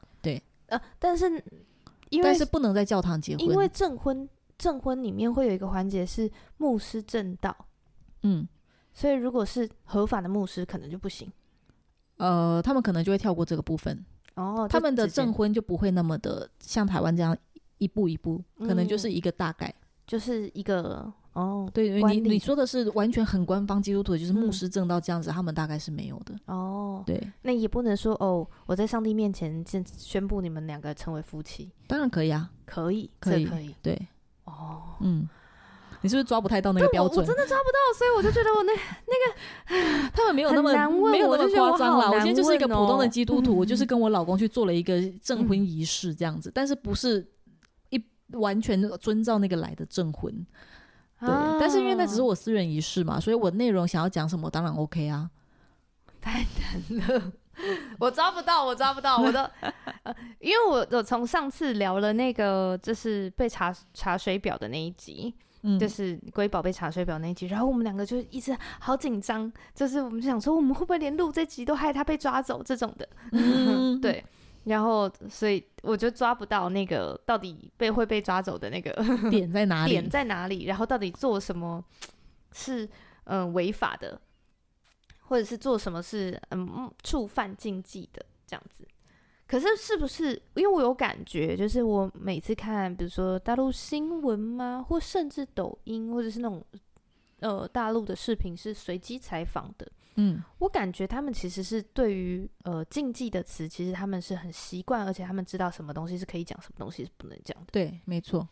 S1: 呃，但是因为
S3: 但是不能在教堂结婚，
S1: 因为证婚证婚里面会有一个环节是牧师正道，
S3: 嗯
S1: 所以如果是合法的牧师，可能就不行。
S3: 呃，他们可能就会跳过这个部分，
S1: 哦，就
S3: 他们的
S1: 直接
S3: 证婚就不会那么的像台湾这样一步一步，可能就
S1: 嗯
S3: 是一个大概。
S1: 就是一个哦
S3: 对，因为
S1: 管
S3: 你
S1: 理
S3: 你说的是完全很官方基督徒，就是牧
S1: 嗯
S3: 师正道这样子，他们大概是没有的。
S1: 哦，
S3: 对，
S1: 那也不能说哦，我在上帝面前宣宣布你们两个成为夫妻，
S3: 当然可以啊，
S1: 可以，
S3: 可以
S1: 这可以
S3: 对，
S1: 哦。
S3: 嗯，你是不是抓不太到那个标
S1: 我我
S3: 准？
S1: 真的抓不到，所以我就觉得 我那
S3: 他们没有那么
S1: 很难问
S3: 没有
S1: 我
S3: 那么
S1: 就觉得
S3: 夸张啦。
S1: 我好
S3: 我今天就是一个
S1: 难问哦
S3: 普通的基督徒，我 就是跟我老公去做了一个证婚仪式这样子，但是不是一完全遵照那个来的证婚。对，
S1: 啊
S3: 但是因为那 只是我私人仪式嘛，所以我内容想要讲什么，当然 OK 啊。
S1: 太难了，我抓不到，我抓不到，我的，呃因为我我从上次聊了那个就是被查查水表的那一集，
S3: 嗯，
S1: 就是《龟宝贝查水表》那一集，然后我们两个就一直好紧张，就是我们就想说，我们会不会连录这集都害他被抓走这种的？
S3: 嗯
S1: 对，然后所以我就抓不到那个到底被会被抓走的那个
S3: 点在哪里？
S1: 点在哪里，然后到底做什么是嗯、呃违法的，或者是做什么是嗯触犯禁忌的这样子。可是是不是因为我有感觉，就是我每次看，比如说大陆新闻吗，或甚至抖音，或者是那种呃大陆的视频是随机采访的，
S3: 嗯
S1: 我感觉他们其实是对于呃禁忌的词，其实他们是很习惯，而且他们知道什么东西是可以讲，什么东西是不能讲的，
S3: 对，没错。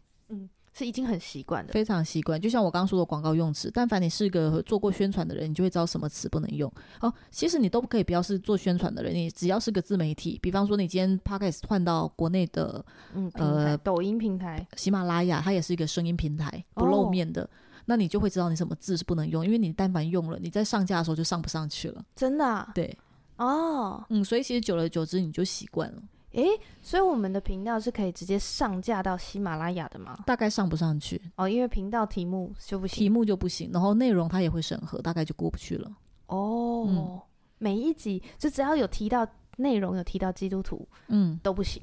S1: 是已经很习惯的。
S3: 非常习惯。就像我刚刚说的广告用词，但凡你是个做过宣传的人，你就会知道什么词不能用。哦，其实你都可以不要是做宣传的人，你只要是个自媒体，比方说你今天 podcast 换到国内的
S1: 嗯，平台、
S3: 呃
S1: 抖音平台，
S3: 喜马拉雅，它也是一个声音平台，不露
S1: 哦
S3: 面的。那你就会知道你什么字是不能用，因为你但凡用了，你在上架的时候就上不上去了。
S1: 真的、啊、
S3: 对，
S1: 哦，
S3: 嗯，所以其实久而久之你就习惯了，
S1: 诶，所以我们的频道是可以直接上架到喜马拉雅的吗？
S3: 大概上不上去，
S1: 哦，因为频道题目就不
S3: 题
S1: 行
S3: 目就不行，然后内容它也会审核，大概就过不去了。
S1: 哦。
S3: 嗯
S1: 每一集就只要有提到内容，有提到基督徒
S3: 嗯
S1: 都不行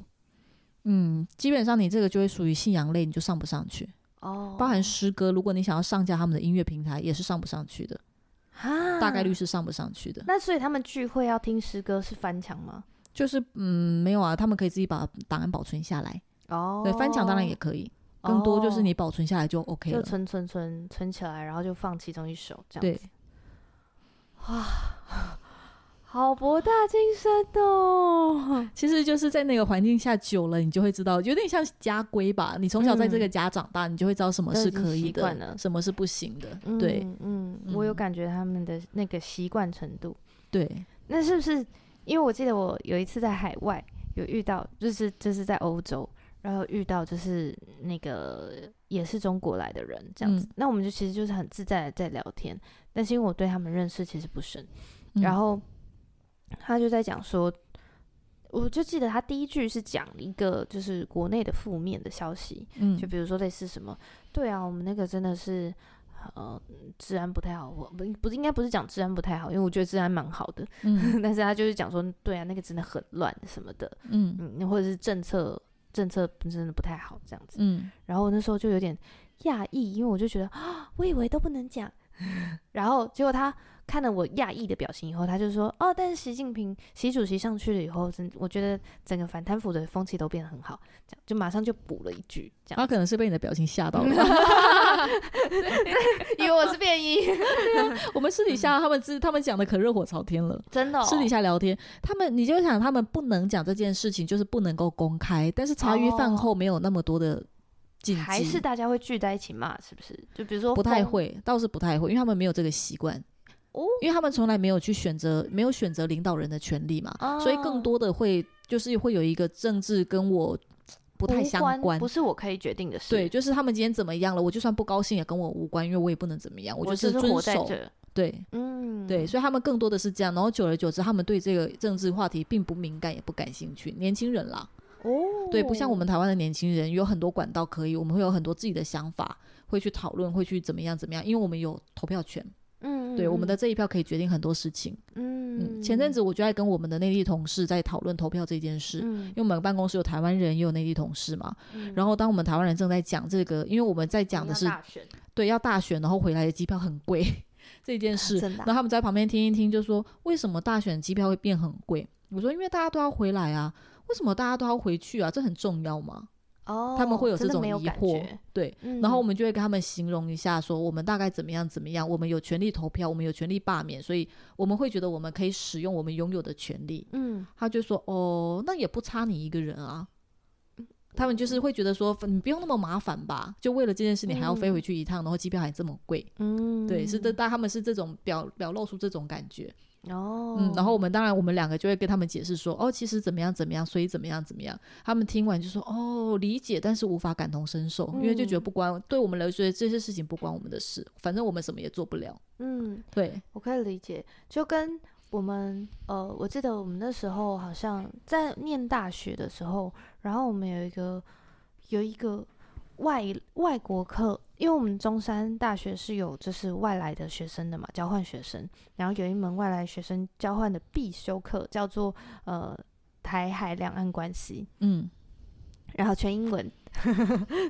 S3: 嗯，基本上你这个就会属于信仰类，你就上不上去。
S1: 哦
S3: 包含诗歌，如果你想要上架他们的音乐平台，也是上不上去的，
S1: 啊，
S3: 大概率。是上不上去的。
S1: 那所以他们聚会要听诗歌是翻墙吗？
S3: 就是嗯，没有啊，他们可以自己把档案保存下来。
S1: 哦，
S3: 对，翻墙当然也可以，更多就
S1: 哦
S3: 是你保存下来就 OK
S1: 就
S3: 了。
S1: 存存存存起来，然后就放其中一首这样
S3: 对
S1: 子。， 好博大精深哦！
S3: 其实就是在那个环境下久了，你就会知道，有点像家规吧。你从小在这个家长大，你就会知道什么
S1: 都已
S3: 是
S1: 经
S3: 可以
S1: 习惯
S3: 的
S1: 了，
S3: 什么是不行的。对
S1: 嗯嗯，我有
S3: 嗯
S1: 感觉他们的那个习惯程度。
S3: 对，
S1: 那是不是因为我记得我有一次在海外有遇到，就是就是在欧洲，然后遇到就是那个也是中国来的人这样子，
S3: 嗯
S1: 那我们就其实就是很自在的在聊天，但是因为我对他们认识其实不深，
S3: 嗯
S1: 然后他就在讲说。我就记得他第一句是讲一个就是国内的负面的消息，
S3: 嗯
S1: 就比如说类似什么，对啊，我们那个真的是，呃，治安不太好，我不不是应该不是讲治安不太好，因为我觉得治安蛮好的，
S3: 嗯
S1: 但是他就是讲说，对啊，那个真的很乱什么的，
S3: 嗯
S1: 嗯，或者是政策政策真的不太好这样子。
S3: 嗯
S1: 然后我那时候就有点讶异，因为我就觉得啊，我以为都不能讲， 然后结果他看了我讶异的表情以后，他就说哦，但是习近平习主席上去了以后，真我觉得整个反贪腐的风气都变得很好，这样就马上就补了一句，这样
S3: 他可能是被你的表情吓到了吧。
S1: 以为我是便 衣，
S3: 我们私底下他们自他们讲的可热火朝天了。
S1: 真 的、哦，
S3: 私底下聊天，他们你就想，他们不能讲这件事情，就是不能够公开。但是茶余饭
S1: 哦
S3: 后没有那么多的禁忌，
S1: 还是大家会聚在一起骂，是不是？就比如说
S3: 不太
S1: 疯
S3: 会，倒是不太会，因为他们没有这个习惯，
S1: 哦，
S3: 因为他们从来没有去选择，没有选择领导人的权利嘛，所以
S1: 哦
S3: 更多的会就是会有一个政治跟我不太
S1: 无
S3: 相
S1: 关
S3: 关
S1: 不。是我可以决定的事。
S3: 对，就是他们今天怎么样了，我就算不高兴也跟我无关，因为我也不能怎么样，
S1: 我
S3: 就
S1: 只
S3: 是
S1: 是
S3: 遵
S1: 活在
S3: 守。
S1: 这。
S3: 对
S1: 嗯，
S3: 对，所以他们更多的是这样，然后久而久之，他们对这个政治话题并不敏感，也不感兴趣。年轻人啦，
S1: 哦，
S3: 对，不像我们台湾的年轻人有很多管道可以，我们会有很多自己的想法，会去讨论，会去怎么样怎么样，因为我们有投票权。
S1: 嗯，嗯，
S3: 对，我们的这一票可以决定很多事情。
S1: 嗯，
S3: 嗯，
S1: 嗯，
S3: 前阵子我就在跟我们的内地同事在讨论投票这件事，
S1: 嗯，
S3: 因为我们办公室有台湾人，也有内地同事嘛。
S1: 嗯，
S3: 然后当我们台湾人正在讲这个，因为我们在讲的
S1: 要
S3: 是
S1: 大选
S3: 对要大选，然后回来的机票很贵这件事，
S1: 真的啊
S3: 然后他们在旁边听一听，就说为什么大选机票会变很贵？我说因为大家都要回来啊，为什么大家都要回去啊？这很重要吗？
S1: 哦，
S3: 他们会有
S1: 真
S3: 这
S1: 的
S3: 种
S1: 没有
S3: 疑
S1: 感
S3: 惑
S1: 觉，
S3: 对，
S1: 嗯
S3: 然后我们就会跟他们形容一下，说我们大概怎么样怎么样，我们有权利投票，我们有权利罢免，所以我们会觉得我们可以使用我们拥有的权利。
S1: 嗯，
S3: 他就说：“哦，那也不差你一个人
S1: 嗯
S3: 啊。”他们
S1: 哦
S3: 就是会觉得说，你不用那么麻烦吧？就为了这件事，你还要飞回去一趟，然后机票还这么贵。
S1: 嗯，
S3: 对，是的，但他们是这种表表露出这种感觉。
S1: 哦，
S3: 嗯，然后我们当然我们两个就会跟他们解释说，哦，其实怎么样怎么样，所以怎么样怎么样。他们听完就说，哦，理解，但是无法感同身受，因为就觉得
S1: 嗯
S3: 不关对我们来说这些事情不关我们的事，反正我们什么也做不了。
S1: 嗯，
S3: 对，
S1: 我可以理解，就跟我们呃，我记得我们那时候好像在念大学的时候，然后我们有一个有一个外外国课，因为我们中山大学是有就是外来的学生的嘛，交换学生，然后有一门外来学生交换的必修课叫做呃台海两岸关系，
S3: 嗯，
S1: 然后全英文，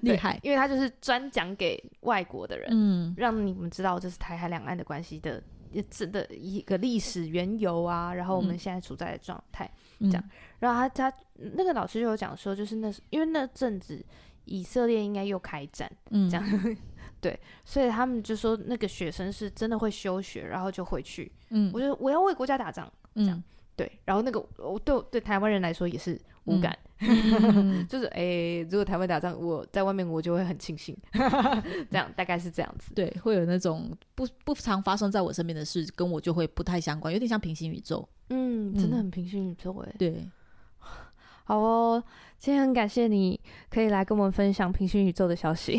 S3: 厉害，
S1: 因为它就是专讲给外国的人，
S3: 嗯
S1: 让你们知道就是台海两岸的关系的也真的一个历史缘由啊，然后我们
S3: 嗯
S1: 现在处在的状态。
S3: 这
S1: 样，然后他他那个老师就有讲说，就是那时因为那阵子以色列应该又开战，
S3: 嗯，
S1: 这样所以他们就说那个学生是真的会休学，然后就回去。
S3: 嗯，
S1: 我就我要为国家打仗，
S3: 这
S1: 样，对。然后那个我对对台湾人来说也是无
S3: 嗯
S1: 感，
S3: 嗯
S1: 就是诶、如果台湾打仗，我在外面我就会很庆幸， 这样大概是这样子。
S3: 对，会有那种不不常发生在我身边的事，跟我就会不太相关，有点像平行宇宙。
S1: 嗯，真的
S3: 嗯
S1: 很平行宇宙诶、
S3: 对，
S1: 好哦，今天很感谢你可以来跟我们分享平行宇宙的消息。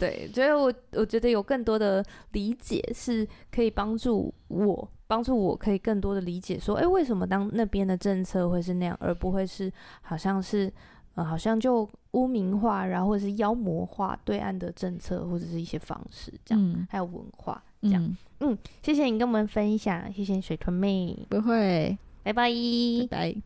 S1: 对，所以我我觉得有更多的理解是可以帮助我，帮助我可以更多的理解说，哎、为什么当那边的政策会是那样，而不会是好像是呃好像就污名化，然后或者是妖魔化对岸的政策或者是一些方式这样，
S3: 嗯
S1: 还有文化。这样
S3: 嗯，
S1: 谢谢你跟我们分享，谢谢水豚妹，
S3: 不会，
S1: 拜拜。
S3: 拜拜。